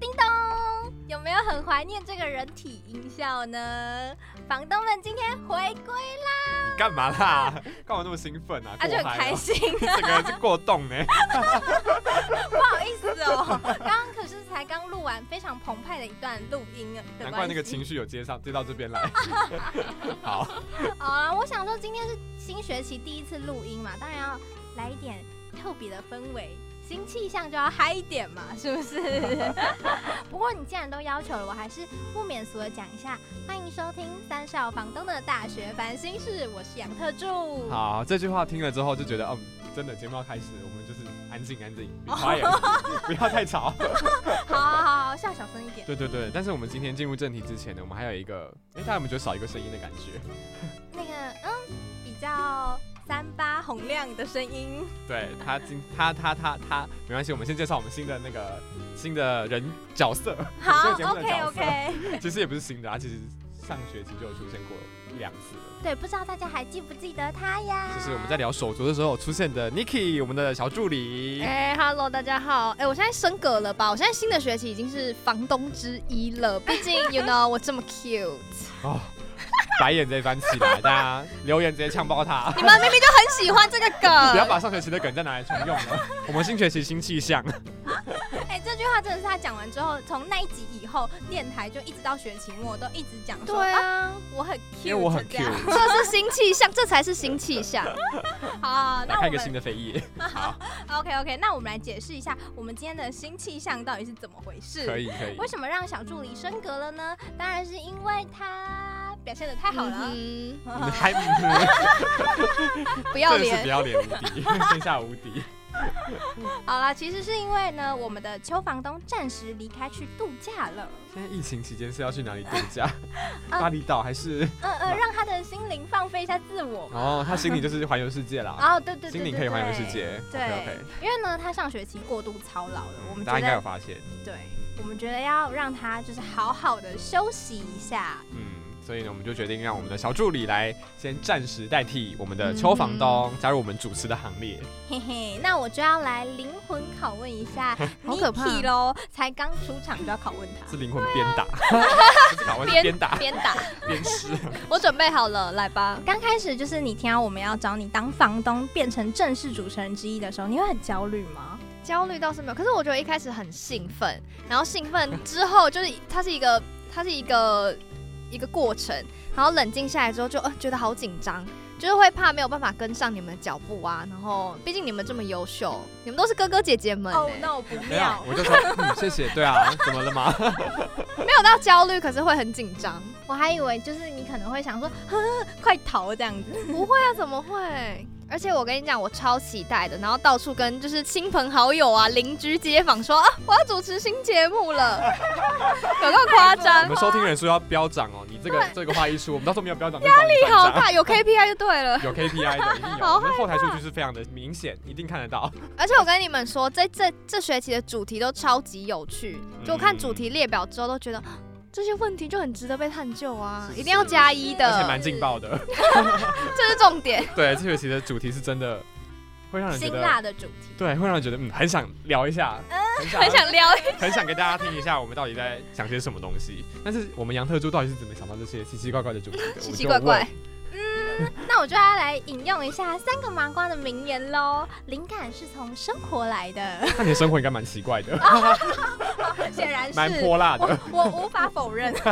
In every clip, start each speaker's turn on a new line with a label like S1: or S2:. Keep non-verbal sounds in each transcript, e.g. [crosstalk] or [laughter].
S1: 叮咚，有没有很怀念这个人体音效呢？房东们今天回归啦，
S2: 你干嘛
S1: [laughs]
S2: 啦？干嘛那么兴奋啊？
S1: 啊就
S2: 过
S1: 很
S2: 嗨
S1: 开
S2: [laughs]
S1: [laughs]
S2: 哦，
S1: 心啊
S2: 整个人是过动
S1: [laughs]
S2: 呢。
S1: 不好意思哦，刚刚可是才刚录完非常澎湃的一段录音啊，的
S2: 难怪那个
S1: 关系
S2: 情绪有接上，接到这边
S1: [laughs]
S2: 来。好，
S1: 好啦，我想说今天是新学期第一次录音嘛，当然要来一点特别的氛围，新气象就要嗨一点嘛， [laughs] 是不是？不过你既然都要求了，我还是不免俗的讲一下，欢迎收听三少房东的大学烦心事，我是杨特助。
S2: 好，这句话听了之后就觉得，嗯，真的节目要开始，我们就是安静安静
S1: [laughs]
S2: ，be quiet，不要太吵。
S1: 好，好，好，好，笑小声一点。
S2: 对对对，但是我们今天进入正题之前呢，我们还有一个，哎，大家有没有觉得少一个声音的感觉？
S1: 那个，嗯，比较三八洪亮的声音，
S2: 对他今他他他他，没关系，我们先介绍我们新的那个新的人角色。 [laughs]
S1: 好
S2: [laughs] 这个节目的
S1: ，OK
S2: 角色
S1: OK。
S2: 其实也不是新的，他其实上学期就有出现过一两次了。
S1: 对，不知道大家还记不记得他呀？
S2: 就是我们在聊手足的时候出现的 Niki，我们的小助理。
S3: 哎、h e l l o 大家好。哎、我现在升格了吧？我现在新的学期已经是房东之一了。毕 [laughs] 竟，you know，我这么 cute，
S2: 哦，白眼直接翻起来，大家留言直接呛爆他。
S3: 你们明明就很喜欢这个 [laughs]
S1: 呃
S2: 不要
S3: 梗。
S2: 把上学期的梗再拿来重用了。我们新学期新
S1: [laughs]
S2: 气象，
S1: 哎、这句话真的是他讲完之后，从那一集以后，电台就一直到学期末都一直讲说，
S3: 对
S1: 啊
S3: 啊，
S1: 我很 Q，
S2: 因为我很 Q。
S3: 这是新气象，这才是新气象。
S1: 好，
S2: 来
S1: [laughs] 那
S2: 开
S1: 我
S2: 个新
S1: 们
S2: 的扉页，好，
S1: OK OK，那我们来解释一下我们今天的新气象到底是怎么回事？
S2: 可以可以
S1: 为。什么让小助理升格了呢？当然是因为他表现的太好了。
S3: 嗯
S2: 你还
S3: 哼不要
S2: 真的是不
S3: 脸。
S2: 要脸无敌，天下无敌。
S1: [laughs]
S2: [laughs]
S1: 好啦，其实是因为呢，我们的邱房东暂时离开去度假了，
S2: 现在疫情期间是要去哪里度
S1: [laughs]
S2: 假？
S1: 啊
S2: 巴厘岛还是？
S1: 呃呃，让他的心灵放飞一下自我。
S2: 哦，他心里就是环游世界啦，
S1: 哦，对对对
S2: 啊心灵可以环游世。
S1: 对对
S2: 界。
S1: 对
S2: OK
S1: 因为呢，他上学期过度操劳了，我
S2: OK，
S1: 们
S2: 大
S1: 觉
S2: 家应该有嗯
S1: 得
S2: 发现。
S1: 对，我们觉得要让他就是好好的休息一下。
S2: 嗯，所以呢，我们就决定让我们的小助理来先暂时代替我们的邱房东，加入我们主持的行列。
S1: 嘿嘿，那我就要来灵魂拷问一
S2: [laughs]
S1: 下
S3: 好可怕
S1: Niki 喽，才刚出场就要拷问他
S2: 是。灵魂鞭打，不是打我是鞭打
S3: 啊鞭打，
S2: 鞭尸。
S3: 我准备好了，来吧。
S1: 刚开始就是你听到我们要找你当房东，变成正式主持人之一的时候，你会很焦虑吗？
S3: 焦虑倒是没有，可是我觉得一开始很兴奋，然后兴奋之后就是它是一个它是一个一个过程，然后冷静下来之后就呃觉得好紧张，就是会怕没有办法跟上你们的脚步啊。然后毕竟你们这么优秀，你们都是哥哥姐姐们、欸
S1: 哦 no，不
S2: 没有，我就说、嗯、谢谢。对啊，怎么了吗？
S3: 没有到焦虑，可是会很紧张。
S1: 我还以为就是你可能会想说， [laughs] 呵，快逃这样子。
S3: 不会啊，怎么会？而且我跟你讲，我超期待的，然后到处跟就是亲朋好友啊、邻居街坊说啊，我要主持新节目了， [laughs] 有够夸
S2: 我
S3: 张，
S2: 们收听人数要飙涨哦。你这个这个话一出，我们到时候没有飙涨，压
S3: 压
S2: 力
S3: 力好。大，有 KPI 就对了。
S2: 有 KPI 的，一定有。
S3: 好
S2: 我们后台数据是非常的明显，一定看得到。
S3: 而且我跟你们说，这这这学期的主题都超级有趣，
S2: 嗯
S3: 就我看主题列表之后都觉得。啊这些问题就很值得被探究啊，
S2: 是
S3: 一定要加一
S2: 而且
S3: 的，
S2: 蛮劲爆的。
S3: 这是重点。
S2: 对，这学期的主题是真的会让人觉
S1: 辛
S2: 得，
S1: 辣的主题，
S2: 对，会让人觉得嗯，很想聊一下， [laughs] 很想
S3: 很想聊，
S2: 很想给大家听一下我们到底在想些什么东西。但是我们杨特助到底是怎么想到这些奇奇怪怪的主
S3: [laughs]
S2: 题的？
S3: 奇奇怪怪。
S1: 那我就要来引用一下三个麻瓜的名言喽。灵感是从生活来的
S2: 我，就问。那你的生活应该蛮奇怪
S3: [laughs]
S1: [laughs]
S2: 的，
S3: 啊
S1: 显然是
S2: 蛮泼辣的。
S1: 我我无法否认。 [laughs]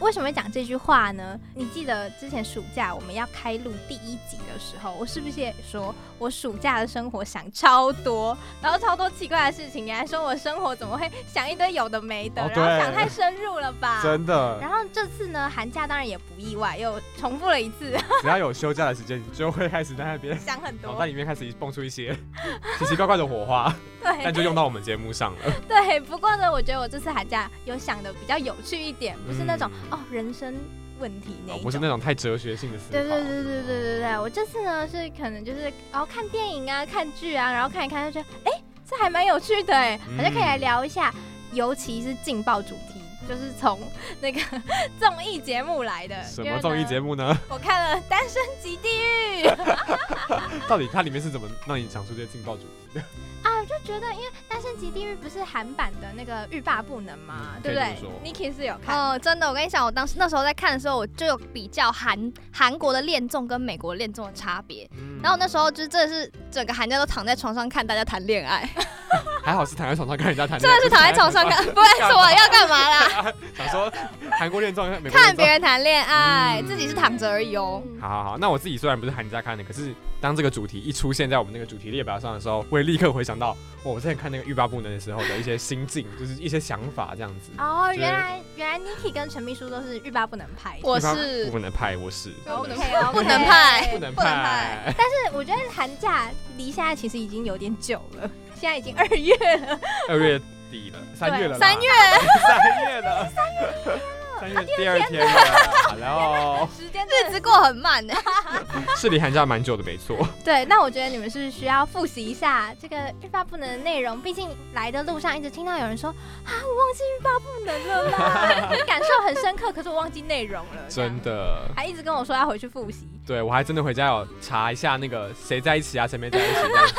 S1: 为什么会讲这句话呢？你记得之前暑假我们要开录第一集的时候，我是不是也说我暑假的生活想超多，然后超多奇怪的事情？你还说我生活怎么会想一堆有的没的，
S2: 哦
S1: 然后
S2: 对
S1: 想太深入了吧？
S2: 真
S3: [laughs]
S2: 的，
S1: 然后这次呢，寒假当然也不意外，又重复了一次， [laughs]
S2: 只要有休假的时间，你就会开始在那边哦
S1: 想很
S2: 脑
S1: 多
S2: 袋。里面开始蹦出一些奇奇怪怪的火
S3: [laughs]
S2: 花，
S1: 对
S3: 哎
S2: 但就用到我们节目上了。
S1: [laughs] 对，不过呢，我觉得我这次寒假有想的比较有趣一点，不是那种、
S2: 嗯
S1: 哦人生问题那
S2: 哦
S1: 一
S2: 不是
S1: 种
S2: 那种太哲学性的思考。
S1: 对对对对对对对，我这次呢是可能就是哦看电影啊、看剧啊，然后看一看就觉得，哎，这还蛮有趣的哎，
S2: 嗯
S1: 好像可以来聊一下，尤其是劲爆主题，就是从 [laughs] 那个综艺节目来的。
S2: 什么综艺节
S1: 目？
S2: 目
S3: [laughs]
S2: 呢？
S1: 我看了《单身即地狱》
S2: 到底它里面是怎么让你想出这些劲爆主题的？
S1: 啊，我就觉得因为《单身即地狱》不是韩版的那个欲罢不能嘛，
S2: 嗯
S1: 对不
S2: 可以
S1: 对
S2: 这么说
S1: ？Niki 是有看，
S3: 哦，真的，我跟你讲，我当时那时候在看的时候，我就有比较韩韩国的恋综跟美国恋综的差别。
S2: 嗯
S3: 然嗯后那时候就真的是整个寒假都躺在床上看大家谈
S2: [laughs]
S3: 恋爱，
S2: 还好是躺在床上看人家谈恋爱，
S3: 真的是躺在床上看，不然我要干嘛啦？
S2: [laughs] 想说韩国恋综、美国
S3: 看
S2: 恋
S3: 别
S2: 综。
S3: 人谈恋爱，
S2: 嗯
S3: 自己是躺着而已哦。
S1: 嗯
S2: 好好好，那我自己虽然不是寒假看的，可是当这个主题一出现在我们那个主题列表上的时候，我也立刻回想到哦我之前看那个欲罢不能的时候的一些心境，就是一些想法这样子。
S1: 哦，
S2: 就是
S1: 原来原来 Niki 跟陈秘书都是欲罢不能派，
S3: 我
S2: 欲罢
S3: 是
S2: 不能拍，我是
S3: 不能
S1: OK，OK
S3: [laughs] 不能派
S2: 不能
S3: 不能
S2: 拍
S3: 拍，
S1: 我觉得寒假离现在其实已经有点久了， [laughs] 现在已经二月了。
S2: 二月底了，三 [laughs] 月了啦，
S3: 三月
S2: 三月了，三月第二天了，然后
S1: 时间
S3: 日子过很慢 [laughs] 的，
S2: 是离寒假蛮久的，没错。
S1: [laughs] 对，啊那我觉得你们是需要复习一下这个欲罢不能的内容，毕竟来的路上一直听到有人说啊，我忘记欲罢不能了
S3: [laughs]
S1: 啦，感受很深刻，可是我忘记内容了，这样
S2: 真，的，
S1: 还一直跟我说要回去复习。 [laughs]
S2: 对我还真的回家有查一下那个谁在一起啊，谁没在一起这样子。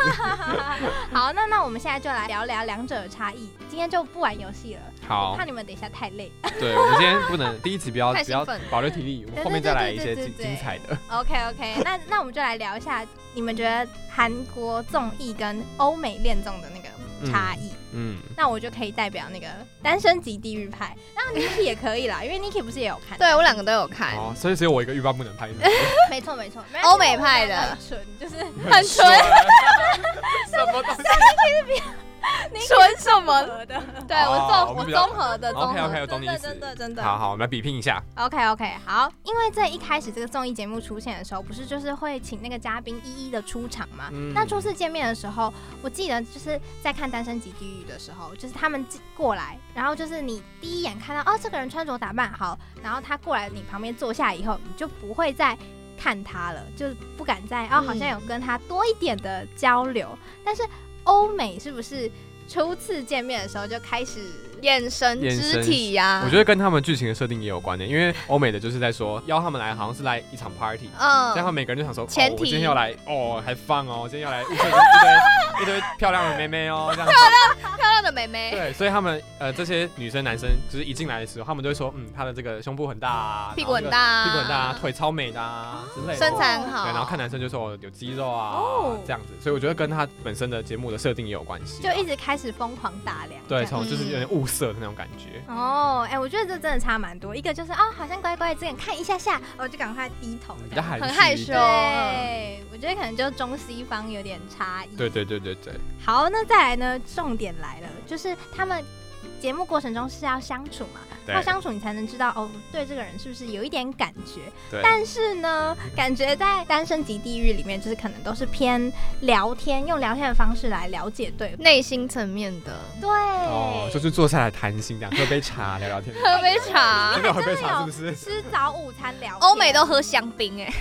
S1: 好，那那我们现在就来聊聊两者的差异。今天就不玩游戏了，
S2: 好
S1: 怕，你们等一下太累。
S2: [laughs] 对我们今天不能第一集不要
S3: 太
S2: 不要
S3: 兴奋了
S2: 保留体力，我们
S1: 对
S2: 后面再来一
S1: 对对
S2: 些
S1: 对
S2: 精
S1: 对对
S2: 精彩
S3: [laughs]
S2: 的。
S1: OK OK，那那我们就来聊一下，你们觉得韩国综艺跟欧美恋综的那个差异？
S2: 嗯，
S1: 那我就可以代表那个单身级地狱派，那 Niki 也可以啦，因为 Niki 不是也有看？
S3: 对我两个都有看，
S2: 哦，所以只有我一个欲罢不能拍，是吗
S1: 没错没错，
S3: 欧美派的
S1: 很纯，就是
S3: [laughs] 很纯， [laughs]
S2: 什么东西？
S3: 纯什么？
S1: 合的，
S3: 对
S2: 哦
S3: 我
S2: 我
S3: 综我
S2: 们比较
S3: 综合的综
S2: OK
S3: 合
S2: OK，我
S3: 的，
S2: 懂你意思
S1: 真。的真的。
S2: 好好，我们来比拼一下。
S1: OK OK，好，因为在一开始这个综艺节目出现的时候，不是就是会请那个嘉宾一一的出场嘛？
S2: 嗯
S1: 那初次见面的时候，我记得就是在看《单身级地狱》的时候，就是他们进过来，然后就是你第一眼看到哦，这个人穿着打扮好，然后他过来你旁边坐下以后，你就不会再看他了，就是不敢再哦，
S3: 嗯
S1: 好像有跟他多一点的交流。但是欧美是不是初次见面的时候就开始？
S3: 眼神、
S2: 眼神
S3: 肢体呀，
S2: 我觉得跟他们剧情的设定也有关的，因为欧美的就是在说邀他们来，好像是来一场 party，这样他
S3: 嗯，
S2: 们每个人就想说，
S3: 前
S2: 哦、我今
S3: 提
S2: 天要来哦，还放哦，今天要来一堆一堆一堆漂亮的妹妹哦，这样子。
S3: 漂亮的妹妹，
S2: 对，所以他们呃这些女生男生就是一进来的时候，他们就会说，嗯，她的这个胸部很大、啊，
S3: 屁股很
S2: 然后这
S3: 大
S2: 个，
S3: 啊，
S2: 屁股很大啊，腿超美的、啊、之类的。
S3: 身材很
S2: 对，
S3: 好，
S2: 然后看男生就说哦有肌肉啊、
S1: 哦
S2: 这样子，所以我觉得跟他本身的节目的设定也有关系。啊
S1: 就一直开始疯狂打量，这
S2: 对，
S1: 样
S2: 从就是
S3: 嗯
S2: 有点物色的那种感觉。
S1: 哦，哎、我觉得这真的差蛮多。一个就是哦，好像乖乖，只敢看一下下，我就赶快低头
S2: 比
S1: 这
S2: 较
S1: 样。
S2: 害
S3: 嗯很害羞
S1: 对，我觉得可能就中西方有点差异。
S2: 对对对对对，
S1: 好，那再来呢？重点来了，就是他们节目过程中是要相处嘛，
S2: 对
S1: 要相处你才能知道哦，对这个人是不是有一点感觉。
S2: 对
S1: 但是呢，感觉在《单身级地狱》里面，就是可能都是偏聊天，用聊天的方式来了解对方。
S3: 内心层面的，
S1: 对，
S2: 哦，就是坐下来谈心这样，喝杯茶聊聊
S3: [laughs]
S2: 天。
S3: 喝杯茶
S2: 真，的有喝杯茶是不是？
S1: 吃早午餐聊天，
S3: 欧美都喝香槟哎，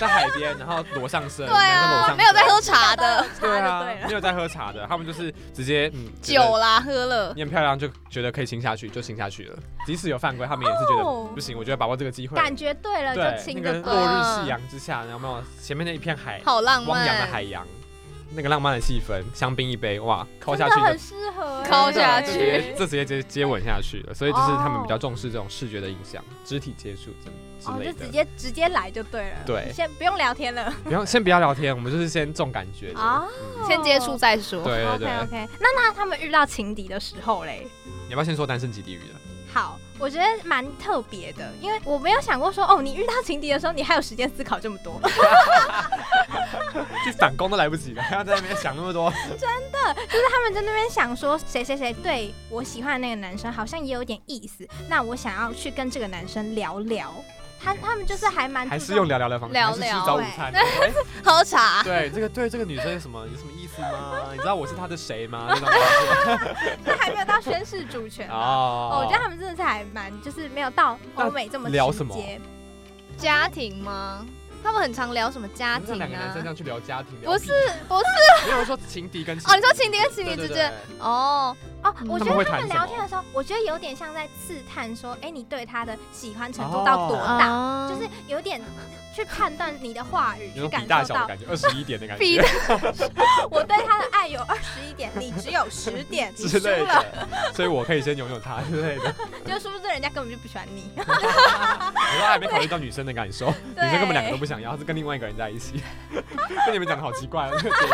S2: 在海边，然后裸上身，
S3: 对啊，没有在喝茶的，
S2: 对
S1: 差就对
S2: 啊，
S1: 了。
S2: 没有在喝茶的，他们就是直接嗯觉
S3: 酒
S2: 得
S3: 啦喝了，
S2: 你很漂亮就觉得可以亲下去就亲下去了，即使有犯规，他们也是觉
S1: 哦
S2: 得不行，我觉得把握这个机会，
S1: 感觉对了就
S2: 对
S1: 亲嗯
S2: 那
S1: 就
S2: 个
S1: 对了。
S2: 落日夕阳之下，然后没有前面那一片海，
S3: 好浪
S2: 汪洋的
S3: 漫，
S2: 海洋，那个浪漫的气氛，香槟一杯，哇，抠
S1: 真
S2: 下
S1: 的
S2: 去
S1: 很
S2: 就。
S1: 适合欸，
S3: 敲下
S2: 这
S3: 去
S2: 直接这直接接接吻下去了，所以就是他们比较重视这种视觉的影响、肢体接触之
S1: 哦，就
S2: 之类
S1: 直
S2: 的。
S1: 接直接来就对了，
S2: 对
S1: 先不用聊天了
S2: 不用先不要聊天，我们就是先重感觉的。
S1: 啊。
S2: 嗯
S3: 先接触再说，
S2: 对对
S1: OK
S2: 对，
S1: OK，那那他们遇到情敌的时候嘞，
S2: 你要不要先说单身级地狱的？
S1: 好，我觉得蛮特别的，因为我没有想过说哦，你遇到情敌的时候，你还有时间思考这么多，
S2: 去反攻都来不及了，还要在那边想那
S1: [laughs]
S2: 么多。
S1: 他们在那边想说谁谁谁对我喜欢的那个男生好像也有点意思，那我想要去跟这个男生聊聊。他他们就是还蛮
S2: 还
S1: 注
S2: 是
S1: 重
S2: 用聊聊的方式，
S3: 聊
S2: 还是去
S3: 聊
S2: 找午
S1: 对 [laughs]
S2: 餐。哎
S3: 喝茶，
S2: 对，这个对这个女生有什么有什么意思吗？你知道我是她的谁吗？ [laughs] 那
S1: [laughs]
S2: 种感
S1: 这还没有到宣誓主权
S2: 觉
S1: 啊。哦，
S2: [laughs] 哦
S1: 我觉得他们真的是还蛮，就是没有到欧美这么
S2: 那聊
S1: 直
S2: 什么
S1: 接。
S3: 家庭吗？他们很常聊什么家
S2: 你说
S3: 庭
S2: 两个男
S3: 啊
S2: 生这？样去聊家庭，
S3: 不是不是
S1: 啊
S2: 聊屁，没有说情敌跟情
S3: 哦，你说情敌跟情
S2: 对
S3: 敌
S2: 对
S3: 之
S2: 对
S3: 间哦，
S1: 哦，
S3: 嗯
S1: 我觉
S2: 他们会
S1: 得他
S2: 谈
S1: 们
S2: 什
S1: 聊
S2: 么
S1: 天的时候，我觉得有点像在刺探说，哎，你对他的喜欢程度
S2: 哦
S1: 到多大？
S3: 啊
S1: 就是有点去判断你的话语，
S2: 有
S1: 去
S2: 种
S1: 感
S2: 比大
S1: 受
S2: 小
S1: 到
S2: 的感觉，二十一点的感
S3: 比
S2: 觉
S1: 我对他的爱有二十一点，你只有十点，你
S2: [laughs] 之
S1: 输
S2: 类
S1: 了，
S2: 的，所以我可以先拥有她之类
S1: [laughs]
S2: 的。
S1: 就殊不知人家根本就不喜欢你。
S2: 我说还没考虑到女生的感受，女生根本两个都不想要，她是跟另外一个人在一起。跟你们讲的好奇怪、啊，这个节
S1: [laughs]
S2: 目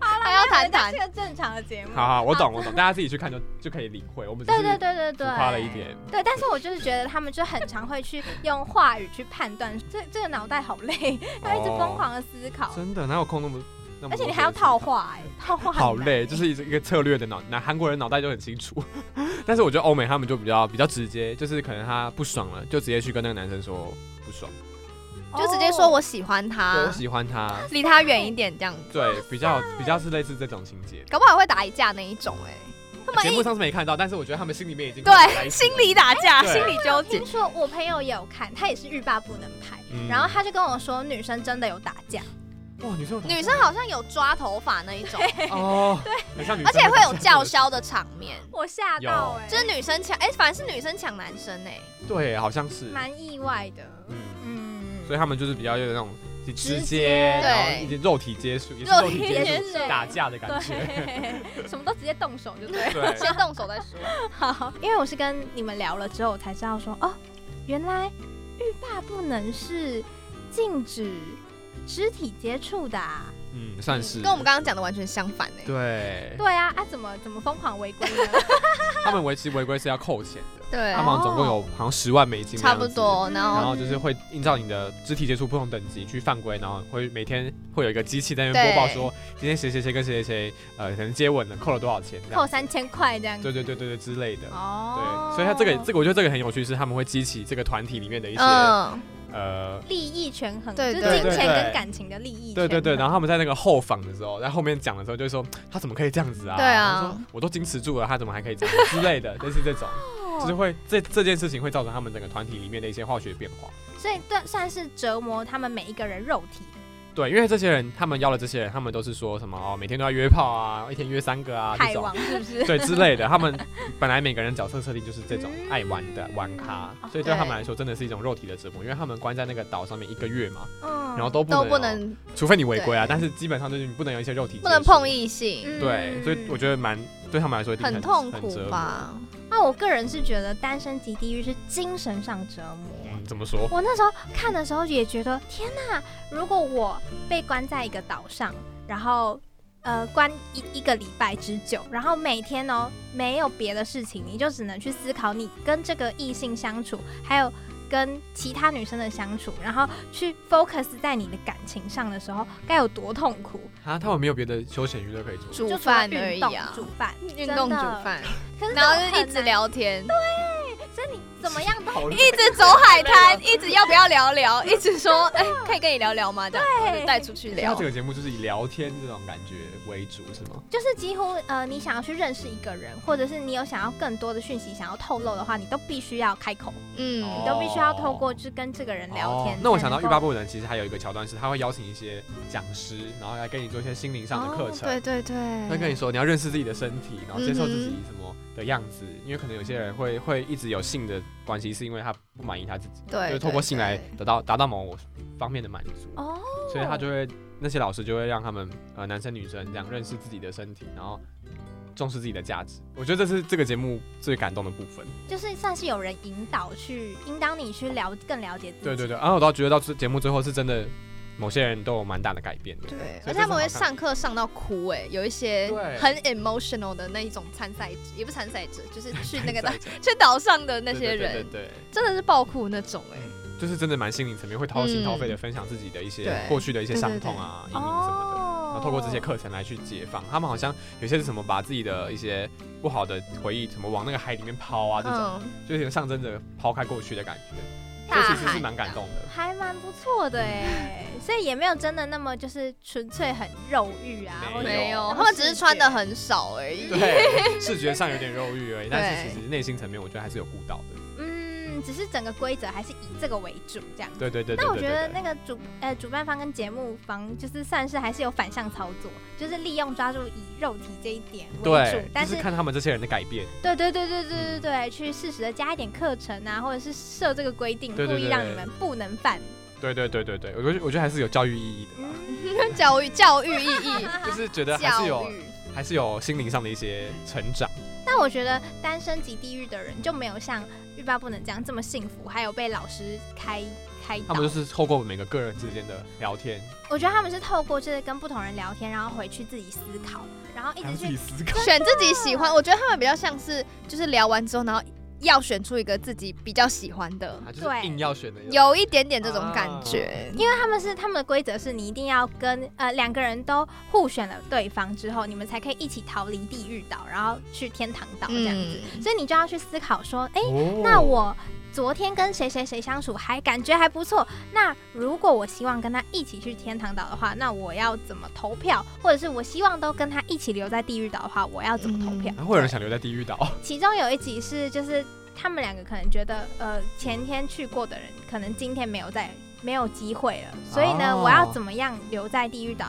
S3: 还要谈
S1: 这
S3: 谈
S1: 是，个正常的节目。
S2: 好好，我懂我懂，大家自己去看就就可以领会。我们只
S1: 对
S2: 是
S1: 对对对
S2: 浮
S1: 对，
S2: 夸了一。点，
S1: 对，但是我就是觉得他们就很常会去用话语去判断，这这个脑袋好累，要一直疯狂的思考，
S2: 哦真的哪有空那么那么？
S1: 而且你还要套。话哎、套话很
S2: 好
S1: 难
S2: 累，就是一个一个策略的脑，那韩国人脑袋就很清楚， [laughs] 但是我觉得欧美他们就比较比较直接，就是可能他不爽了，就直接去跟那个男生说不爽，
S3: 就直接说
S1: 哦
S3: 我喜欢
S2: 对
S3: 他
S2: 我，喜欢他，
S3: 离他远一点这样，
S2: 对，比较比较是类似这种情节。
S3: 搞不好会打一架那一种哎。他们
S2: 节目
S3: 一
S2: 上是没看到，但是我觉得他们心里面已经快在
S3: 对
S2: 一起
S3: 心
S2: 了
S3: 理打架，
S2: 对
S3: 心理纠结
S1: 听。说我朋友也有看，他也是欲罢不能拍，
S2: 嗯
S1: 然后他就跟我说，女生真的有打架，
S2: 哇，女生有打
S3: [laughs] 女生好像有抓头发那一 [laughs] 种，
S2: 哦，对，很像女
S3: 而
S2: 生
S3: 且会有叫
S2: 声，
S3: 嚣的场面，
S1: 我吓到哎、
S3: 就是女生抢，哎，反正是女生抢男生哎，
S2: 对，好像是，
S1: 蛮意外的，
S2: 嗯。
S1: 嗯，
S2: 所以他们就是比较有那种直
S1: 直
S2: 接，
S1: 接
S2: 然后一点肉体接触，也是
S3: 肉
S2: 肉体
S3: 体
S2: 接
S3: 接
S2: 触
S3: 触
S2: 打
S1: [laughs]
S2: 架的感觉。
S1: 对，什么都直接动手就对。
S2: 对，
S3: 先动手再说。
S1: [laughs] 好，因为我是跟你们聊了之后，我才知道说，哦，原来欲罢不能是禁止肢体接触的、啊。
S2: 嗯，算是
S3: 跟我们刚刚讲的完全相反哎。
S2: 对，
S1: 对啊，啊怎么怎么疯狂违规 [laughs] 呢？
S2: 他们维持违规是要扣钱的，
S3: 对啊嗯
S2: 他们好像总共有好像十万美金，
S3: 差不。多，然
S2: 然
S3: 后
S2: 后就是会依照你的肢体接触不同等级去犯规，然后会每天会有一个机器在那边播
S3: 对
S2: 报说今天谁谁谁跟谁谁谁呃可能接吻了，扣了多少钱，这样
S1: 扣三千块这样子。
S2: 对对对对对之类的。
S1: 哦
S2: 对，，所以他这个这个我觉得这个很有趣，是他们会激起这个团体里面的一些
S3: 嗯，
S2: 呃
S1: 利益权衡，
S3: 对
S1: 就是
S3: 对
S1: 金
S2: 对
S1: 钱
S2: 对
S1: 跟感情的利益权衡。
S2: 对对对，然后他们在那个后访的时候，在后面讲的时候，就会说他怎么可以这样子啊？
S3: 对啊
S2: 然后说，我都矜持住了，他怎么还可以这样子之类的， [laughs] 类似这种，
S1: 哦
S3: 哦
S2: 就是会这这件事情会造成他们整个团体里面的一些化学变化。
S1: 所以这算是折磨他们每一个人肉体。
S2: 对，因为这些人，他们邀了这些人，他们都是说什么哦，每天都要约炮啊，一天约三个啊，这
S1: 海
S2: 种
S1: 王是不
S2: [laughs]
S1: 是？
S2: 对之类的。他们本来每个人角色设定就是这种
S1: 嗯
S2: 爱玩的玩
S3: [laughs]
S2: 咖，所以对
S3: 对
S2: 他们来说真的是一种肉体的折磨，因为他们关在那个岛上面一个月嘛，
S1: 嗯
S2: 然后都不
S3: 哦都
S2: 能
S3: 不能
S2: 除非你违规啊，但是基本上就是你不能有一些肉体，
S3: 不能碰。异性，
S1: 嗯
S2: 对，所以我觉得蛮对他们来说一定
S3: 嗯很
S2: 很
S3: 痛
S2: 很折
S3: 苦
S2: 磨？
S3: 吧？
S1: 得，那我个人是觉得单身级地狱是精神上折磨。
S2: 嗯，怎么说？
S1: 我那时候看的时候也觉得，天哪！如果我被关在一个岛上，然后呃关一一个礼拜之久，然后每天哦没有别的事情，你就只能去思考你跟这个异性相处，还有跟其他女生的相处，然后去 focus 在你的感情上的时候，该有多痛苦！
S2: 啊，他们没有别的休闲娱乐可以做。
S3: 煮
S1: 就除了
S3: 饭而
S1: 运
S3: 已
S1: 动、
S3: 啊，
S1: 煮饭，
S3: 运动
S1: 真
S3: 煮
S1: 的
S3: 饭，
S1: 可是
S3: 然后
S1: 这种
S3: 就一
S1: 很
S3: 直
S1: 难，
S3: 聊 [laughs] 天，
S1: 所以你怎
S3: [laughs]
S1: 么样都
S2: 好累啊
S3: 一直走海 [laughs] 滩，一直要不要聊聊，一直说哎，可以跟你聊聊吗？这样
S1: 对
S3: 就带出去
S2: 那
S3: 聊
S2: 这。个节目就是以聊天这种感觉为主，是吗？
S1: 就是几乎呃，你想要去认识一个人，或者是你有想要更多的讯息想要透露的话，你都必须要开口，
S3: 嗯，
S1: 你都必须要透过就是跟这个人聊天。
S2: 哦那我想到
S1: 才
S2: 欲
S1: 能
S2: 罢
S1: 够
S2: 不能，其实还有一个桥段是，他会邀请一些讲师，然后来跟你做一些心灵上的课程。
S3: 哦对对
S2: 会跟你
S3: 对，
S2: 说你要认识自己的身体，然后接受自己
S3: 嗯
S2: 什么的样子，因为可能有些人会会一直有性的关系，是因为他不满意他自己，
S3: 对，
S2: 就是透过性来
S3: 对
S2: 得到达到某方面的满足。
S1: 哦，
S2: 所以他就会那些老师就会让他们呃男生女生这样认识自己的身体，然后重视自己的价值。我觉得这是这个节目最感动的部分。
S1: 就是算是有人引导去引导你去了更了解自己。
S2: 对对对，然后我倒觉得到这节目最后是真的，某些人都有蛮大的改变的。
S3: 对，
S2: 所以
S3: 而且
S2: 这是
S3: 他
S2: 好
S3: 们会
S2: 看
S3: 上课上到哭哎，有一些
S2: 对
S3: 很 emotional 的那一种参赛者，也不是参赛者，就是去
S2: [laughs]
S3: 那个岛
S2: 对对
S3: 去岛上的那
S2: 对
S3: 些
S2: 对对
S3: 人，
S2: 对对
S3: 真的是爆哭那种哎。
S2: 嗯就是真的蛮心灵层面，会掏心掏肺的分享自己的一些
S3: 对
S2: 过去的一些伤痛啊、阴影什么的。然后透过这些
S1: 哦
S2: 课程来去解放，他们好像有些是什么把自己的一些不好的回忆，什么往那个海里面抛啊，这种、
S3: 嗯，
S2: 就是有象征着抛开过去的感觉。这
S3: 大
S2: 其实是
S3: 喊
S2: 蛮感
S3: 这样
S2: 动
S3: [laughs]
S2: 的。
S1: 还蛮不错的哎，所以也没有真的那么就是纯粹很肉欲啊，
S2: 没
S1: 或者
S3: 没
S2: 哦
S3: 有，
S1: 那么
S3: 他们只是
S1: 视
S3: 穿的
S1: 觉
S3: 很少而已。
S2: 对，视觉上有点肉欲而已，但是其
S3: 对
S2: 实内心层面我觉得还是有顾到的。
S1: 嗯，只是整个规则还是以这个为主这样。
S2: 对对对对对对
S1: 但我觉得
S2: 对
S1: 那个主呃主办方跟节目方就是算是还是有反向操作，就是利用抓住以肉体这一点为主
S2: 对，，
S1: 但
S2: 就是是看嗯他们这些人的改变，
S1: 对对对对对对对，去适时的加一点课程啊，或者是设这个规定，
S2: 对对
S1: 故意
S2: 对
S1: 让
S2: 对
S1: 你们不能犯。
S2: 对对对对对，我觉得我觉得还是有教育意义的啦，
S1: 嗯，
S3: 教育教育意
S2: [laughs]
S3: 义，
S2: 就是觉得还是
S3: 教
S2: 有啊
S3: 育
S2: 还是有心灵上的一些成长。
S1: 但我觉得单身级地狱的人就没有像欲罢不能这样这么幸福，还有被老师开开
S2: 他
S1: 导
S2: 们。就是透过每个个人之间的聊天，
S1: 我觉得他们是透过就是跟不同人聊天，然后回去自己思考，然后一
S2: 还要
S1: 直
S2: 自
S1: 去
S2: 己思考。
S3: 选自己喜欢，我觉得他们比较像是就是聊完之后，然后要选出一个自己比较喜欢的，
S2: 啊，就
S1: 对
S2: 是硬要选的有
S3: 有一点点这种感
S2: 啊
S3: 觉。因为
S1: 他们是他们的规则是你一定要跟呃两个人都互选了对方之后，你们才可以一起逃离地狱岛，然后去天堂岛这样子。
S3: 嗯
S1: 所以你就要去思考说，哎、
S2: 哦
S1: 那我昨天跟谁谁谁相处还感觉还不错，那如果我希望跟他一起去天堂岛的话，那我要怎么投票？或者是我希望都跟他一起留在地狱岛的话，我要怎么投票？
S2: 还会有人想留在地狱岛，
S1: 其中有一集是就是他们两个可能觉得，呃，前天去过的人，可能今天没有在没有机会了，所以呢，
S2: 哦
S1: 我要怎么样留在地狱岛，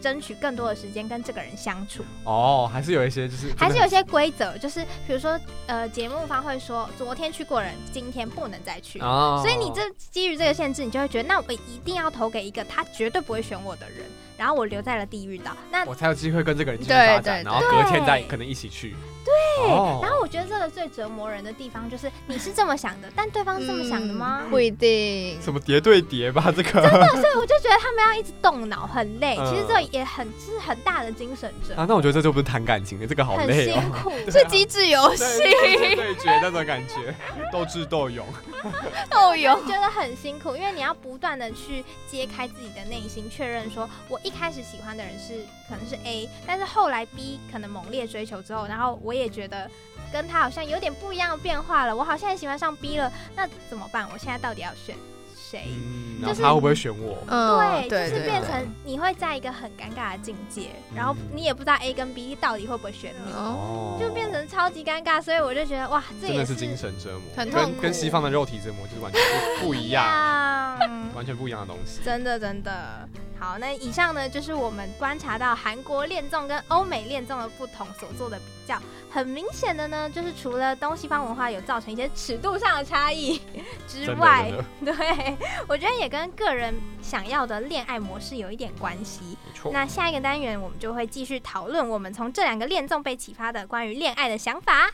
S1: 争取更多的时间跟这个人相处？
S2: 哦，还是有一些就是
S1: 还是有
S2: 真
S1: 一些规则，就是比如说，呃，节目方会说，昨天去过的人，今天不能再去。
S2: 的哦
S1: 所以你这基于这个限制，你就会觉得，那我一定要投给一个他绝对不会选我的人，然后我留在了地狱岛。那
S2: 我才有机会跟这个人继续
S3: 对
S2: 发
S3: 对
S2: 展，然后
S1: 对
S2: 隔天再可能一起去。哦对
S1: 然后我觉得这个最折磨人的地方就是，你是这么想的，但对方是这么想的吗？
S3: 不一定。
S2: 什么叠对叠吧，这个
S1: 所以我就觉得他们要一直动脑，很累。
S2: 嗯
S1: 其实这也很是很大的精神折
S2: 啊，那我觉得这就不是谈感情的，这个好
S1: 磨，很
S2: 累
S1: 辛
S2: 哦。
S3: [laughs]
S1: 苦。
S3: 是机智游戏，
S1: [laughs]
S2: 对对决那种感 [laughs] 觉，斗智斗勇。
S1: 啊
S3: 斗勇
S1: 我觉得很辛苦，因为你要不断的去揭开自己的内心，确认说我一开始喜欢的人是可能是 A，但是后来 B 可能猛烈追求之后，然后我也觉得跟他好像有点不一样的变化了，我好像也喜欢上 B 了，那怎么办？我现在到底要选谁？
S2: 嗯，然
S1: 就
S2: 后
S1: 是
S2: 他会不会选我？
S3: 嗯，
S1: 对，
S3: 对
S1: 就是
S3: 对
S1: 变
S3: 对。
S1: 成你会在一个很尴尬的境界，
S2: 嗯
S1: 然后你也不知道 A 跟 B 到底会不会选你，
S3: 哦，
S2: 哦
S1: 就变成超级尴尬。所以我就觉得哇，这
S2: 真
S1: 也
S2: 的
S1: 是
S2: 是精神折磨，
S3: 很痛
S2: 跟
S3: 苦啊
S2: 跟西方的肉体折磨就是完全
S3: [laughs]
S2: 不不一样，
S1: 样 [laughs]
S2: 完全不一样的东西。
S1: 真的真的。好，那以上呢就是我们观察到韩国恋综跟欧美恋综的不同所做的比较。很明显的呢，就是除了东西方文化有造成一些尺度上的差异 [laughs] 之
S2: 真的
S1: 外
S2: 真，的，
S1: 对我觉得也跟个人想要的恋爱模式有一点关系。
S2: 没错。
S1: 那下一个单元我们就会继续讨论我们从这两个恋综被启发的关于恋爱的想法。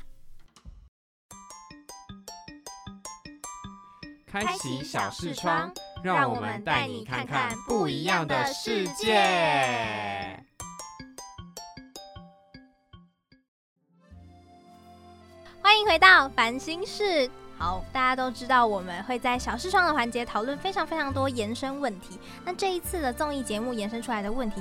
S4: 开启小视窗，，
S1: 让
S4: 让
S1: 我
S4: 我
S1: 们
S4: 们
S1: 带
S4: 带
S1: 你
S4: 你
S1: 看
S4: 看
S1: 看
S4: 看
S1: 不
S4: 不
S1: 一
S4: 一
S1: 样
S4: 样
S1: 的
S4: 的
S1: 世
S4: 世
S1: 界
S4: 界。
S1: 欢迎回到烦心事。好，大家都知道我们会在小视窗的环节讨论非常非常多延伸问题。那这一次的综艺节目延伸出来的问题，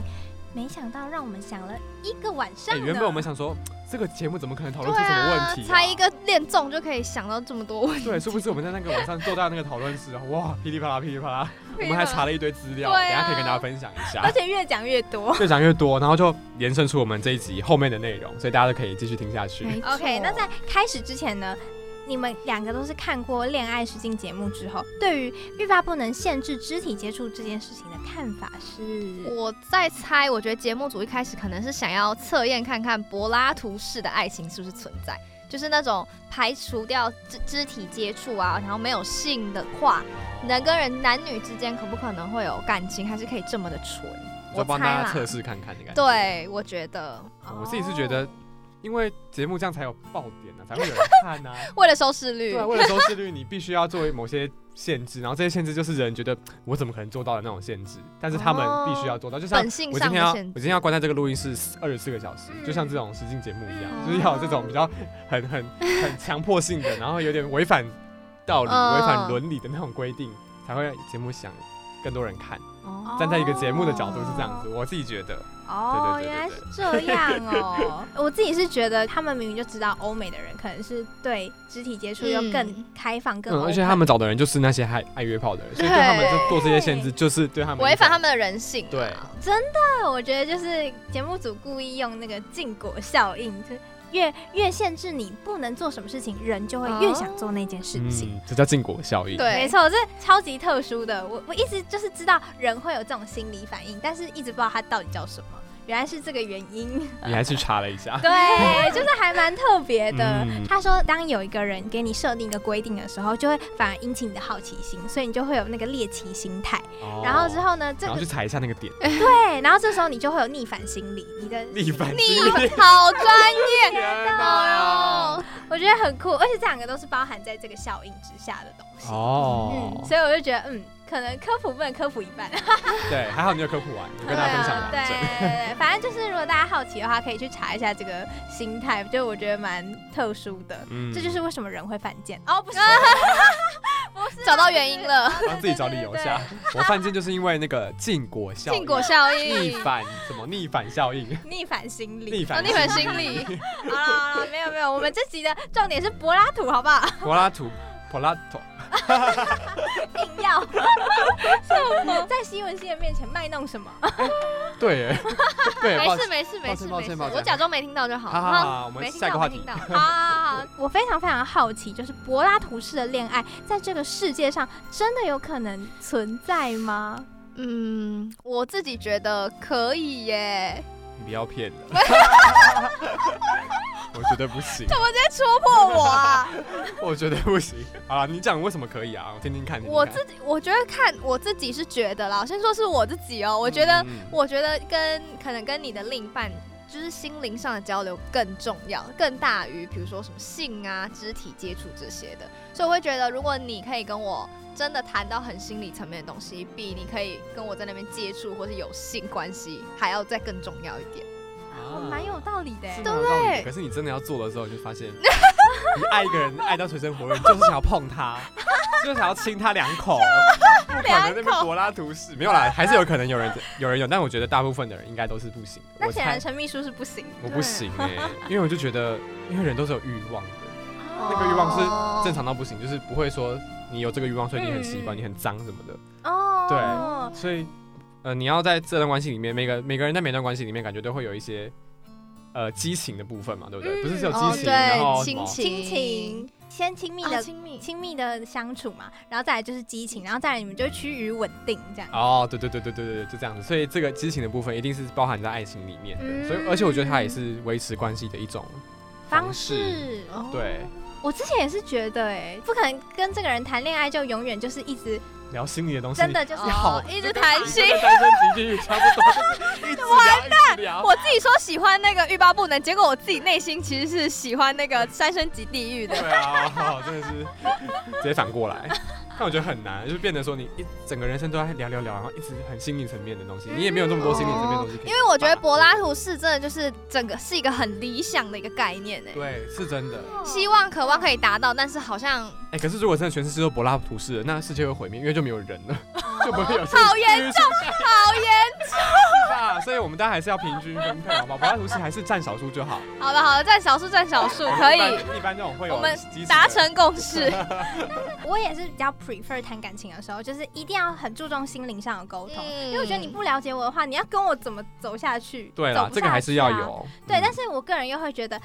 S1: 没想到让我们想了一个晚上
S2: 哎，
S1: 呢、
S2: 原本我们想说，这个节目怎么可能讨
S3: 对
S2: 论出什么
S3: 啊
S2: 问题？，
S3: 猜一。个恋综就可以想到这么多问题。
S2: 对，是不是我们在那个晚上坐到那个讨论室，哇，噼里啪啦噼里啪
S3: [laughs]
S2: 啦，我们还查了一堆资料，等
S3: 对啊
S2: 一下可以跟大家分享一
S1: [laughs] 而
S2: 下。
S1: 且越讲越多。
S2: 越讲越多，然后就延伸出我们这一集后面的内容，所以大家都可以继续听下去。
S3: 没错
S1: OK，那在开始之前呢，你们两个都是看过恋爱实境节目之后，对于欲罢不能限制肢体接触这件事情的看法是？
S3: 我在猜，我觉得节目组一开始可能是想要测验看看柏拉图式的爱情是不是存在，就是那种排除掉肢肢体接触啊，然后没有性的话，人跟人男女之间可不可能会有感情，还是可以这么的纯？
S2: 就
S3: 我
S2: 帮
S3: 猜
S2: 大家
S3: 啦
S2: 测。试看看的感觉。
S3: 对，我觉得
S2: 我自己是觉
S3: 哦
S2: 得，因为节目这样才有爆点啊，才会有人
S3: [laughs]
S2: 看啊。
S3: 为了收视率
S2: 对，啊，为了收视率，你必须要作为某些限制，然后这些限制就是人觉得我怎么可能做到的那种限制，但是他们必须要做到，就像
S3: 哦本性
S2: 我今
S3: 上
S2: 天要
S3: 的
S2: 我
S3: 限
S2: 今
S3: 制。
S2: 天要关在这个录音室二十四个小时，
S1: 嗯
S2: 就像这种实境节目一样，
S1: 嗯
S2: 就是要有这种比较很很很强迫性的，然后有点违反道理、
S3: 嗯
S2: 违反伦理的那种规定，才会节目想更多人看。
S3: 哦
S2: 站在一个节目的角度是这样子，我自己觉得。
S3: 哦，
S2: 对对对对对
S3: 原来是这样哦。
S1: [laughs] 我自己是觉得，他们明明就知道欧美的人可能是对肢体接触又
S3: 嗯
S1: 更开放、更
S2: 嗯，而
S1: open
S2: 且他们找的人就是那些爱爱约炮的人，所以对他们
S3: 对
S2: 就做这些限制，就是对他们
S3: 违反他
S2: 们。
S3: 们的人性啊、
S2: 对
S1: 对哦我觉得就是节目组故意用那个禁果效应，就是越越限制你不能做什么事情，人就会越想做那件事情。
S2: 嗯，这叫禁果效应。
S3: 对，
S1: 没错，这超级特殊的。我我一直就是知道人会有这种心理反应，但是一直不知道它到底叫什么，原来是这个原因。
S2: 你还去查了一下。
S1: 对，就是还蛮特别的。
S2: 嗯
S1: 他说，当有一个人给你设定一个规定的时候，就会反而引起你的好奇心，所以你就会有那个猎奇心态。
S2: 哦
S1: 然后之，后呢，这
S2: 然后
S1: 个
S2: 去踩一下那个点，
S1: 对，然后这时候你就会有逆反心理，你的
S2: 逆反
S3: 你
S2: 心理。
S3: 好专
S2: 天
S3: 哦
S2: 哪！
S3: 哟，
S1: 我觉得很酷，而且这两个都是包含在这个效应之下的东西。嗯，
S2: 哦，
S1: 所以我就觉得，嗯，可能科普不能科普一半。
S2: 对，还好你有科普完，你跟
S1: 对
S2: 大家分享
S1: 啊，对
S2: 完整。
S1: 对对，反正就是如果大家好奇的话，可以去查一下这个心态，就我觉得蛮特殊的。
S2: 嗯啊
S1: 这就是为什么人会犯贱哦，不是，不是
S3: 找到原因。了，
S2: 帮自己找理由下。我犯贱就是因为那个禁果效应，
S3: 禁果效
S2: 逆
S3: 应，
S2: 反什么逆反效应，
S1: 逆反心理，
S2: 逆
S3: 啊，
S2: 反
S3: 逆反心
S2: [laughs]
S3: 理，
S1: 好了好了，没有没有，我们这集的重点是柏拉图，好不好？
S2: [laughs] 柏拉图，柏拉图，
S1: 硬要， [laughs] 在西文系的面前卖弄什
S2: [laughs]
S1: 么？
S2: 对耶，对，
S3: [laughs] 没
S2: 哎抱
S3: 事
S2: 歉
S3: 没事没
S2: 抱
S3: 事
S2: 歉
S3: 没
S2: 抱
S3: 事
S2: 歉抱，歉
S3: 我假装没听到就好。
S2: 好好
S3: 然后
S2: 好我们
S3: 没听
S2: 下一个
S3: 到没
S2: 话题
S3: 听
S2: [laughs]
S3: 到，
S1: 啊，我非常非常好奇，就是柏拉图式的恋爱在这个世界上真的有可能存在吗？
S3: 嗯，我自己觉得可以耶，
S2: 你不要骗人，
S3: [laughs]
S2: 我觉得不行，
S3: 怎么直接戳破我啊？
S2: [laughs] 我觉得不行。好了，你讲为什么可以啊？我听听看。听听看
S3: 我自己我觉得看我自己是觉得啦，我先说是我自己哦，我觉得
S2: 嗯
S3: 我觉得跟可能跟你的另一半就是心灵上的交流更重要，更大于比如说什么性啊、肢体接触这些的。所以我会觉得，如果你可以跟我真的谈到很心理层面的东西，比你可以跟我在那边接触或是有性关系还要再更重要一点。
S1: 哦蛮有道理的欸。
S2: 啊是
S3: 对
S2: 蛮
S3: 不
S2: 有道理的
S3: 对
S2: 可是你真的要做的时候，你就发现你爱一个人爱到水深火热，你就是想要碰他， [laughs] 就是想要亲他两口，不可能那边柏拉图式没有啦，还是有可能有人有人有，但我觉得大部分的人应该都是不行。
S1: 那
S2: 我
S1: 显然
S2: 猜
S1: 陈秘书是不行的。
S2: 我不行哎、
S3: [laughs]
S2: 因为我就觉得，因为人都是有欲望的，
S1: 那
S2: 那个欲望是
S3: 哦
S2: 正常到不行，就是不会说你有这个欲望，所以你很习惯，
S1: 嗯
S2: 你很脏什么的，
S1: 哦，
S2: 对所以呃，你要在这段关系里面，每个每个人在每段关系里面，感觉都会有一些。呃，激情的部分嘛，对不对？
S1: 嗯
S2: 不是只有激
S3: 哦，
S2: 情，然后
S3: 对，
S2: 什么
S3: 亲
S1: 亲
S3: 情，
S1: 情，先亲密
S3: 啊，
S1: 的
S3: 亲密，
S1: 亲密的相处嘛，然后再来就是激情，然后再来你们就趋于稳定这样。
S2: 哦，对对对对对对，就这样子。所以这个激情的部分一定是包含在爱情里面的，
S1: 嗯
S2: 所以而且我觉得它也是维持关系的一种
S1: 方
S2: 式。
S1: 式，
S3: 哦
S2: 对，
S1: 我之前也是觉得，哎，不可能跟这个人谈恋爱就永远就是一直
S2: 聊心里的东西，
S1: 真的就是
S3: 哦
S2: 好
S3: 一直谈心
S2: 就。跟单身集剧差不多，
S1: [laughs]
S2: 就是一直聊一直聊。
S3: 我自己说喜欢那个欲罢不能，结果我自己内心其实是喜欢那个三生及地狱的。
S2: 对啊，真的是直接反过来。但我觉得很难，就是变得说你一整个人生都在聊聊聊，然后一直很心理层面的东西，你也没有这么多心理层面的东西可以。
S3: 因为我觉得柏拉图式真的就是整个是一个很理想的一个概念哎，
S2: 对是真的。
S3: 希望渴望可以达到，但是好像
S2: 哎、可是如果真的全世界都柏拉图式的，那世界会毁灭，因为就没有人了，就不会有
S3: 好严
S2: 重，
S3: 好严。
S2: 啊，所以我们大家还是要平均分配，好吧？柏拉图式还是占少数就好。
S3: 好了好了，占少数占少
S2: [laughs]
S3: 数可以
S2: 一，般一般这种会有
S3: 我们
S2: 激情的
S3: 达成
S2: [laughs]
S3: 共识。
S1: 我也是比较 prefer 谈感情的时候，就是一定要很注重心灵上的沟通，
S3: 嗯
S1: 因为我觉得你不了解我的话，你要跟我怎么走下去？
S2: 对
S1: 走
S2: 啦，
S1: 不
S2: 这个还是要
S1: 下去啊。
S2: 有。
S1: 对，但
S2: 是
S1: 是我个人又会觉得，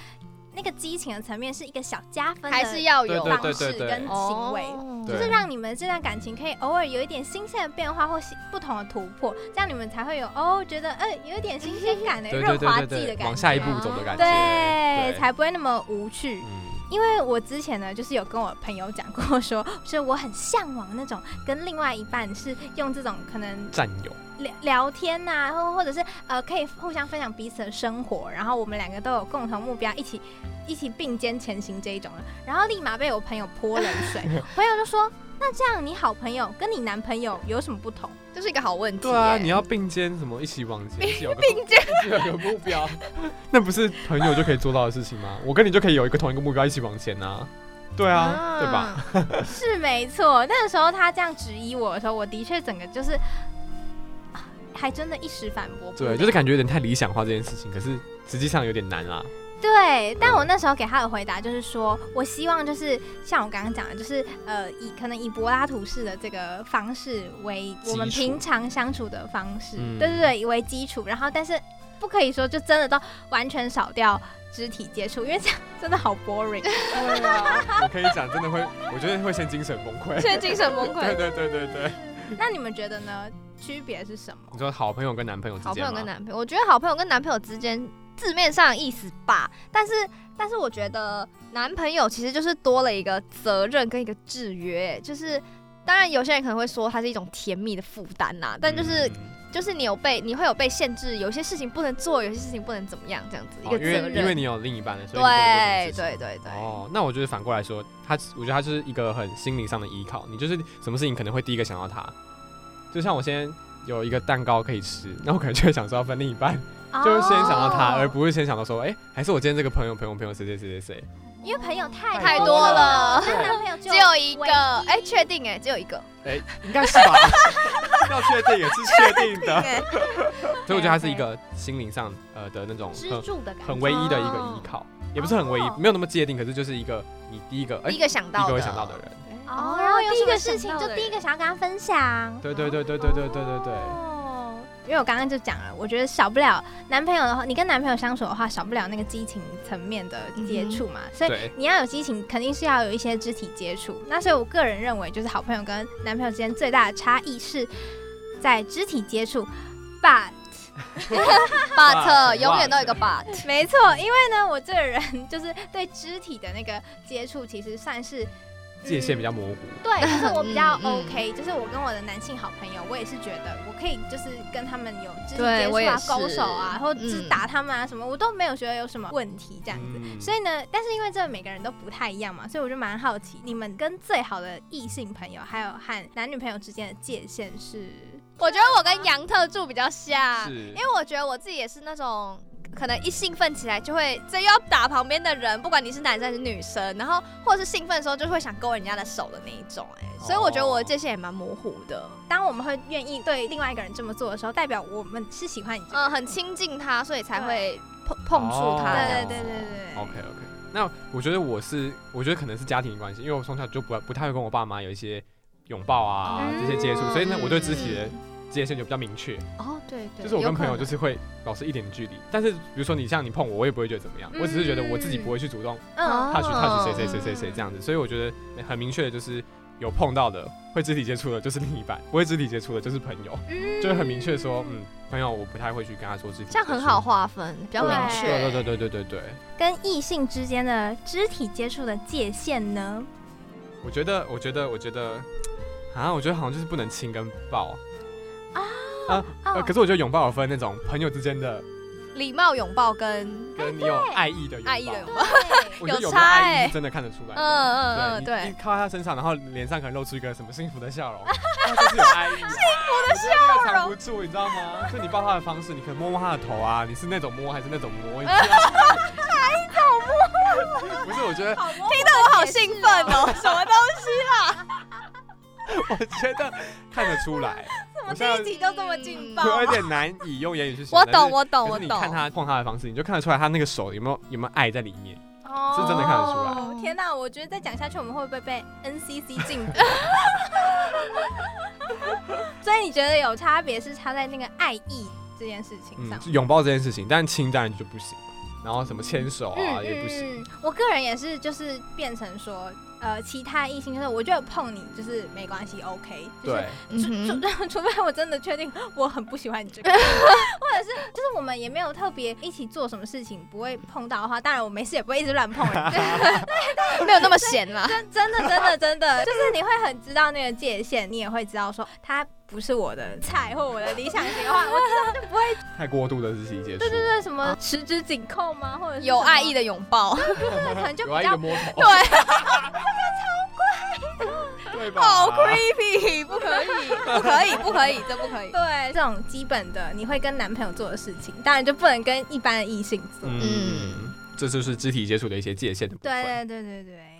S1: 那个激情的层面是一个小加分的
S3: 嗯还是要有啊哦
S2: 对对
S1: 方式
S2: 对
S1: 跟行
S3: 行
S1: 为
S3: 为。，
S2: 对
S1: 就是让你们这段感情可以偶尔有一点新鲜的变化或新不同的突破，这样你们才会有哦，觉得嗯、呃有一点新鲜感的
S2: 对
S1: 润
S2: 对
S1: 滑
S2: 对
S1: 剂的
S2: 对
S1: 感觉，哦
S2: 对，往下一步走的感觉。
S1: 对，
S2: 对
S1: 才不会那么无趣。
S2: 嗯，
S1: 因为我之前呢，就是有跟我朋友讲过说， [laughs] 是我很向往那种跟另外一半是用这种可能
S2: 占有。
S1: 聊聊天呐、或或者是呃，可以互相分享彼此的生活，然后我们两个都有共同目标，一起一起并肩前行这一种的。然后立马被我朋友泼冷
S2: [laughs]
S1: 水，朋友就说：“那这样你好朋友跟你男朋友有什么不同
S3: 这是一个好问题耶。
S2: 对啊，你要并肩什么一起往前，
S3: [laughs]
S2: 一起有个
S3: 并肩
S2: 一起有个目 [laughs]
S3: [laughs]
S2: 标，那不是朋友就可以做到的事情吗？我跟你就可以有一个同一个目标一起往前啊。？”对啊，对吧？
S1: 吧？ [laughs] 是没错，那个时候他这样质疑我的时候，我的确整个就是，啊还真的一时反驳不了。
S2: 对，就是感觉有点太理想化这件事情，可是实际上有点难啊啦。
S1: 对，但我那时候给他的回答就是说，我希望就是像我刚刚讲的，就是呃，以可能以柏拉图式的这个方式为我们
S2: 基础
S1: 平常相处的方式，
S2: 嗯
S1: 对对对，为基础，然后但是不可以说就真的都完全少掉肢体接触，因为这样真的好 [laughs] boring。
S2: 对啊，我可以讲，真的会，我觉得会先精神崩溃。
S3: 现在精神崩
S2: [laughs] 对
S3: 溃。
S2: 对对对对，
S1: 那你们觉得呢？区别是什么
S2: 你？说好朋友跟男朋友之
S3: 好朋
S2: 间吗
S3: 友跟男朋友，我觉得好朋友跟男朋友之间字面上的意思吧，但是但是我觉得男朋友其实就是多了一个责任跟一个制约，就是。当然，有些人可能会说它是一种甜蜜的负担啦，但就是、
S2: 嗯
S3: 就是你有被你会有被限制，有些事情不能做，有些事情不能怎么样，这样子、一
S2: 哦
S3: 个
S2: 因
S3: 责
S2: 为因为
S3: 任。
S2: 你有另一半了，所以你不能
S3: 对
S2: 做这种事情
S3: 对对对，
S2: 哦，那我觉得反过来说，他我觉得他就是一个很心灵上的依靠，你就是什么事情可能会第一个想到他，就像我现在有一个蛋糕可以吃，那我可能就会想说要分另一半，就是先想到他，
S1: 哦
S2: 而不是先想到说，哎、还是我今天这个朋友朋友朋友谁谁谁谁谁，
S1: 因为朋友太
S3: 太
S1: 多
S3: 多了
S1: 那男朋友
S3: 只有一
S1: 唯
S3: 个，哎，确定哎，只有一个，
S2: 应该是吧？ [laughs] 要确定也是确定的，
S3: 哎，
S2: 所以我觉得他是一个心灵上呃的那种
S1: 支
S2: 很
S1: 柱的感觉，哦
S2: 很唯一的一个依靠，也不是很唯一，没有那么界定，可是就是一个你第一个哎、
S3: 第一个想
S2: 第一
S3: 到
S2: 个
S3: 的，
S2: 会想到的人，
S1: 哦，然后第一个事情就第一
S2: [laughs]
S3: 个，
S1: 个想要跟他分享。
S2: 对对对对对对对对对。
S1: 哦，因为我刚刚就讲了，我觉得少不了男朋友的话，你跟男朋友相处的话，少不了那个激情层面的接触嘛，所以。
S2: 嗯对，
S1: 你要有激情，肯定是要有一些肢体接触。那所以，我个人认为，就是好朋友跟男朋友之间最大的差异是在肢体接触。But
S2: [laughs]
S3: but [laughs]
S2: but，
S3: 永远都有一个 but，
S1: 没错，因为呢，我这个人就是对肢体的那个接触，其实算是
S2: 界限比
S1: 嗯
S2: 较模糊。
S1: 对，就是我比较
S3: [laughs] 嗯嗯
S1: OK，、就是我跟我的男性好朋友，我也是觉得我可以就是跟他们有肢体
S3: 对
S1: 接触
S3: 我也
S1: 啊、
S3: 是
S1: 勾手啊，或者
S3: 嗯
S1: 是打他们啊什么，我都没有觉得有什么问题这样子。
S2: 嗯
S1: 所以呢，但是因为这每个人都不太一样嘛，所以我就蛮好奇，你们跟最好的异性朋友，还有和男女朋友之间的界限是？
S3: 我觉得我跟杨特助比较像，
S2: 是
S3: 啊因为我觉得我自己也是那种。可能一兴奋起来就会，这又要打旁边的人，不管你是男生还是女生，然后或者是兴奋的时候就会想勾人家的手的那一种、哎，
S2: 哦
S3: 所以我觉得我的界限也蛮模糊的，
S1: 当我们会愿意对另外一个人这么做的时候，代表我们是喜欢你这个
S3: 嗯，
S1: 人。
S3: 很亲近他，所以才会碰碰触他
S2: 哦
S3: 这
S1: 对
S3: 样
S1: 对
S3: 子。
S1: 对对对对。
S2: OK OK，那我觉得我是，我觉得可能是家庭关系，因为我从小就不不太会跟我爸妈有一些拥抱啊、
S3: 嗯
S2: 这些接触，所以呢，
S3: 嗯
S2: 我对肢体的界限就比较明确，
S3: 哦，对对，
S2: 就是我
S3: 有
S2: 跟
S3: 可
S2: 朋友就
S3: 能
S2: 是会保持一点距离。但是比如说你像你碰我，我也不会觉得怎么样，我只是觉得我自己不会去主动
S1: 嗯，
S2: touch
S3: 嗯哦
S2: touch 谁谁谁谁谁这样子，所以我觉得很明确的就是 [laughs] 有碰到的会肢体接触的就是另一半，不会肢体接触的就是朋友，
S1: 嗯
S2: 就会很明确说，嗯，朋友我不太会去跟他说肢体接触，
S3: 这样很好划分，比较
S2: 对
S3: 明
S2: 啊对
S3: 确。
S2: 对对对对对。
S1: 跟异性之间的肢体接触的界限呢？
S2: 我觉得，我觉得，我觉得，啊，我觉得好像就是不能亲跟抱。
S3: 嗯
S2: 呃，
S1: 哦 [laughs]
S2: 可是我觉得拥抱有分那种朋友之间的，
S3: 礼貌拥抱跟
S2: 跟你有爱意的拥抱。
S3: 哎爱意的拥抱，
S2: 我觉得
S3: 有
S2: 有
S3: 差
S2: 爱意
S3: 欸
S2: 是真的看得出来
S3: 嗯
S2: 的。
S3: 嗯嗯，
S2: 你
S3: 对
S2: 一。靠在他身上，然后脸上可能露出一个什么幸福的
S3: [laughs]
S2: 笑容，那就是有爱意。幸福的笑容藏不住，你知道吗？就你抱他的方式，你可能摸摸他的头啊，你是那种摸还是那种摸？
S3: [laughs]
S2: 哪一种 [laughs] 摸？不是，我
S1: 哎
S2: 觉得
S1: 听
S3: 我好兴奋哦，什
S1: [laughs]
S3: 么东
S2: 我觉得看得出
S3: [laughs]
S2: 来。我现在
S1: 西都这么劲
S2: [laughs]
S1: 爆
S3: 抱
S2: 我有点难以用言语去
S3: 西？
S2: 形
S3: 我
S2: 容。但
S3: 懂，
S2: 是
S3: 我懂，
S2: 可
S3: 我
S2: 是你
S3: 懂。
S2: 看他碰他的方式，你就看得出来他那个手有没有有没有爱在里面。
S1: 哦
S2: 是真的看得出来
S1: 天哪，我觉得再讲下去，我们会不会被 NCC 禁止？ [laughs] 所以你觉得有差别是差在那个爱意这件事情上
S2: 嗯，？拥抱这件事情，但亲当然就不行嘛。然后什么牵手
S1: 嗯
S2: 啊也不行。
S1: 嗯，我个人也是，就是变成说，呃，其他异性就是我觉得碰你就是没关系，OK，就是
S2: 对，
S3: 嗯哼
S1: 除除除 [laughs] 非我真的确定我很不喜欢你这
S3: [laughs]
S1: 个人，或者是就是我们也没有特别一起做什么事情不会碰到的话，当然我没事也不会一直乱碰
S3: [laughs]
S1: 人， [laughs]
S3: 没有那么闲 [laughs] 啦。
S1: 真真的真的真的，就是你会很知道那个界限，你也会知道说他不是我的菜或我的理想型的
S3: [laughs]
S1: 话，我
S2: 太过度的肢体接触，
S1: 对对对，什么十指紧扣吗？或者是
S3: 啊有爱
S1: 什么 [laughs]
S3: 意的拥抱，
S1: 对可能就
S2: 有爱
S1: 比
S2: 一个
S3: [laughs]
S1: 较
S2: 摸头，
S3: 对，
S2: [laughs] 对吧？
S3: 好 creepy，不可以，不可以，不可以，这不可以。
S1: 对这种基本的你会跟男朋友做的事情，当然就不
S3: 嗯
S1: 能跟一般的异性做。
S2: 嗯，这就是肢体接触的一些界限的部分。
S1: 对对对对对。